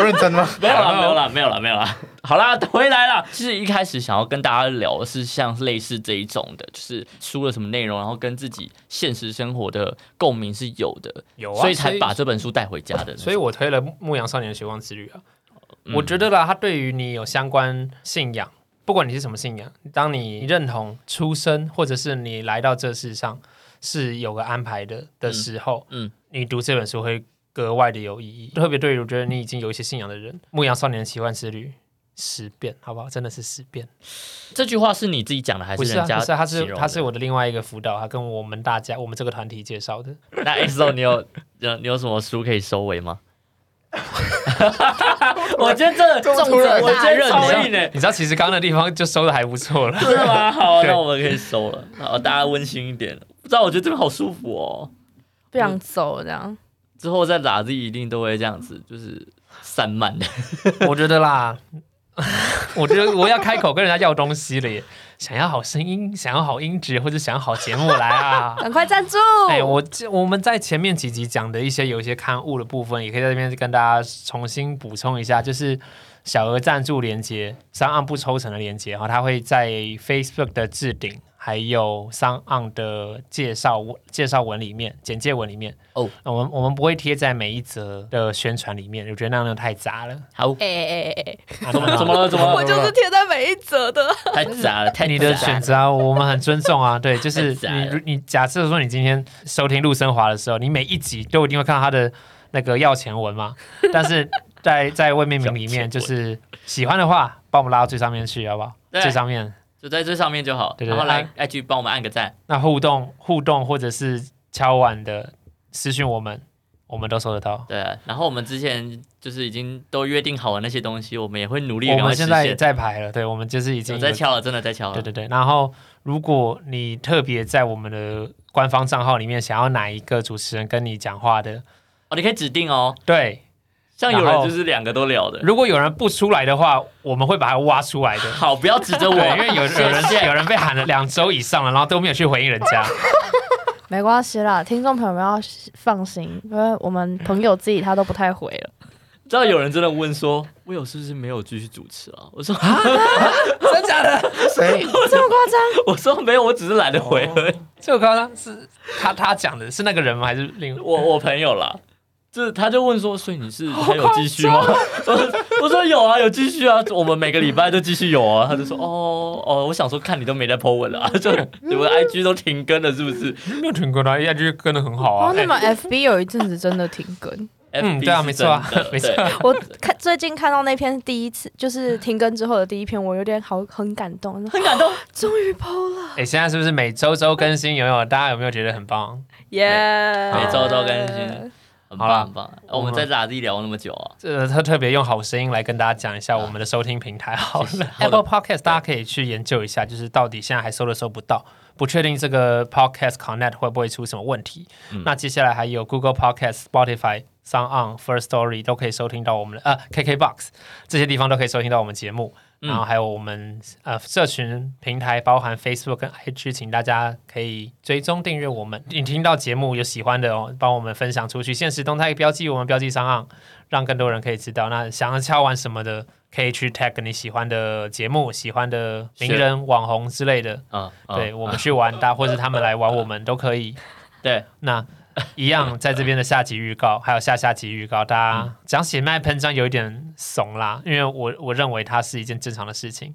认真吗？
没有啦，没有啦，没有啦，没有啦。好啦，回来啦。其实一开始想要跟大家聊的是像类似这一种的，就是书了什么内容，然后跟自己现实生活的共鸣是有的，
有啊，
所以才把这本书带回家的。
所以我推了《牧羊少年的绝望之旅》啊。
嗯
我觉得啦，它对于你有相关信仰，不管你是什么信仰，当你认同出生或者是你来到这世上是有个安排的的时候，
嗯嗯
你读这本书会格外的有意义。特别对于我觉得你已经有一些信仰的人，《牧羊少年的奇幻之旅》十遍，好不好？真的是十遍。
这句话是你自己讲的还
不是啊，
人家
不是、啊，他
形
是
容的
他是我的另外一个辅导，他跟我们大家我们这个团体介绍的。
那 XO，你有有你有什么书可以收尾 吗？我今天真的
这么
重
突然
我今天
大
超
人
硬哎，
你知道，其实刚刚的地方就收的还不错了。
真的吗？好，
对
那我们可以收了，好，大家温馨一点。不知道，我觉得这边好舒服哦。
不想走这样。！
之后在打字一定都会这样子，就是散漫的。
我觉得啦， 我觉得我要开口跟人家要东西了耶，想要好声音，想要好音质，或者想要好节目 来啊
哦
赶快赞助！
哎，我这我们在前面几集讲的一些有一些刊物的部分，也可以在这边跟大家重新补充一下，就是小额赞助连接，上岸不抽成的连接，然后它会在 Facebook 的置顶，还有上岸的介绍文介绍文里面、简介文里面
哦
呃我们我们不会贴在每一则的宣传里面，我觉得那样太杂了。
好，
哎哎哎哎，
啊
哦怎么怎么了？怎么
我
了？
就是贴在每一则的。
太杂了，太
你的
杂
选
了。
择啊，我们很尊重 啊。对，就是
太窄了
你你假设说你今天收听陆生华的时候，你每一集都一定会看到他的那个要钱 文嘛。但是在在未命名里面，就是喜欢的话，帮我们拉到最上面去，好不好？
对
这上面。
就在这上面就好。
对对哎
然后来
按
IG 帮我们按个赞，
那互动互动或者是敲碗的私讯我们，我们都收得到。
对。啊然后我们之前就是已经都约定好了那些东西，我们也会努力
我
赶快
们
实
现在也
现。
在排了，对，我们就是已经
有
有
在敲啊了，真的在敲了。
对对对，然后如果你特别在我们的官方账号里面想要哪一个主持人跟你讲话的，
哦，你可以指定哦。
对，
像有
然
人
后
就是两个都聊的，
如果有人不出来的话，我们会把他挖出来的。
好，不要指着我，
对，因为有
谢谢
有人有人被喊了两周以上了，然后都没有去回应人家。
没关系啦，听众朋友们要放心，因为我们朋友自己他都不太回了。
知道有人真的问说，我有是不是没有继续主持啊？我说，
真假的？
谁？
这么夸张？
我说没有，我只是懒得回而已。
这个刚刚是他他讲的是那个人吗？还是另
我我朋友啦，就是他就问说，所以你是还有继续吗？ 我我说有啊，有继续啊，我们每个礼拜都继续有啊。他就
嗯
说哦哦，我想说看你都没在 po 文了、啊，就你们 IG 都停更了是不是
没有停过的？一直跟的很好
哦
啊，。
那么
哎
FB 有一阵子真的停更，
嗯
？FB
对啊
是
没错啊
真的
没错
对
我看最近看到那篇第一次就是停更之后的第一篇，我有点好很感 动，很感动，终于剖了
哎，现在是不是每周周更新？有没有？大家有没有觉得很棒？
耶！
每周都更新，很
好啦
棒很棒。我们在哪里聊那么久啊？
这他特别用好声音来跟大家讲一下我们的收听平台好了
谢谢好的
Apple Podcast 大家可以去研究一下，就是到底现在还搜都搜不到，不确定这个 Podcast Connect 会不会出什么问题。
嗯
那接下来还有 Google Podcast、Spotify、Sound On、First Story 都可以收听到我们的呃 KKBox 这些地方都可以收听到我们节目。
嗯
然后还有我们呃社群平台，包含 Facebook 跟 IG，请大家可以追踪订阅我们。你听到节目有喜欢的、哦，帮我们分享出去，现实动态标记我们标记上岸，让更多人可以知道。那想要敲完什么的，可以去 tag 你喜欢的节目、喜欢的名人、网红之类的，
啊，啊
对我们去玩 他，或者他们来玩我们都可以。
对，
那一样在这边的下集预 告，还有下下集预告，大
嗯
家讲血脉喷张有一点怂啦，因为我我认为它是一件正常的事情，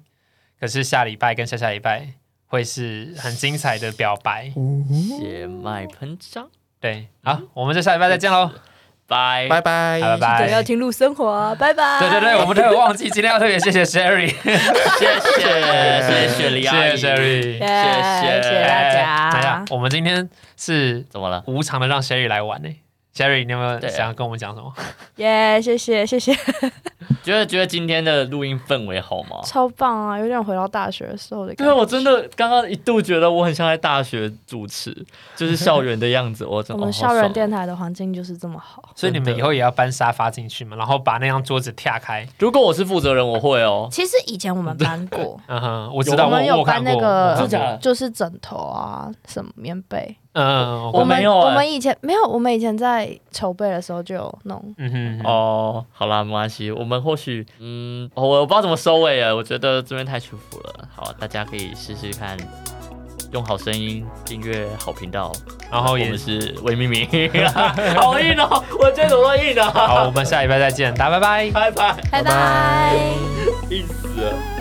可是下礼拜跟下下礼拜会是很精彩的表白。
血脉喷张，
对，好，我们就下礼拜再见喽，
拜
拜拜，
拜
记得嗯要
拜。
听路生活，拜拜。
哎对对对，我们都有忘记，今天要特别谢谢 Sherry，
谢谢谢谢雪
谢
梨阿
谢
姨，
耶
Sherry，
谢谢
谢谢大
哎呀
家。
我们今天是
怎么了？
无偿的让 Sherry 来玩呢、Sherry，你有没有
对啊
想要跟我们讲什么？
耶、谢谢谢谢，
觉得觉得今天的录音氛围好吗？
超棒啊！有点回到大学的时候的感
对，啊
觉。
我真的刚刚一度觉得我很像在大学主 持，就是校园的样子。我真
我
的哦
们校园，电台的环境就是这么好。
所以你
真
们
的
以后也要搬沙发进去嘛，然后把那张桌子踢开。，
哦如果我是负责人，我会 哦。
其实以前我们搬过
嗯哼，我 知道，
我们
我
有
我看
搬
过，
那个，
我看过
真的假的
就是枕头啊，什么棉被。
嗯，我
我
看
没
们
有
我
欸
们以前没有，我们以前在筹备的时候就有弄。
嗯哼，哦，
哦，好啦，没关系，我们或许，嗯，哦我不知道怎么收尾啊，我觉得这边太舒服了。好，大家可以试试看，用好声音订阅好频道。
然后
我
也
们是魏明 明，好硬哦，我今天怎么会硬的、啊
好，我们下礼拜再见，大家拜拜。
拜拜，
拜
拜
拜。
硬死了。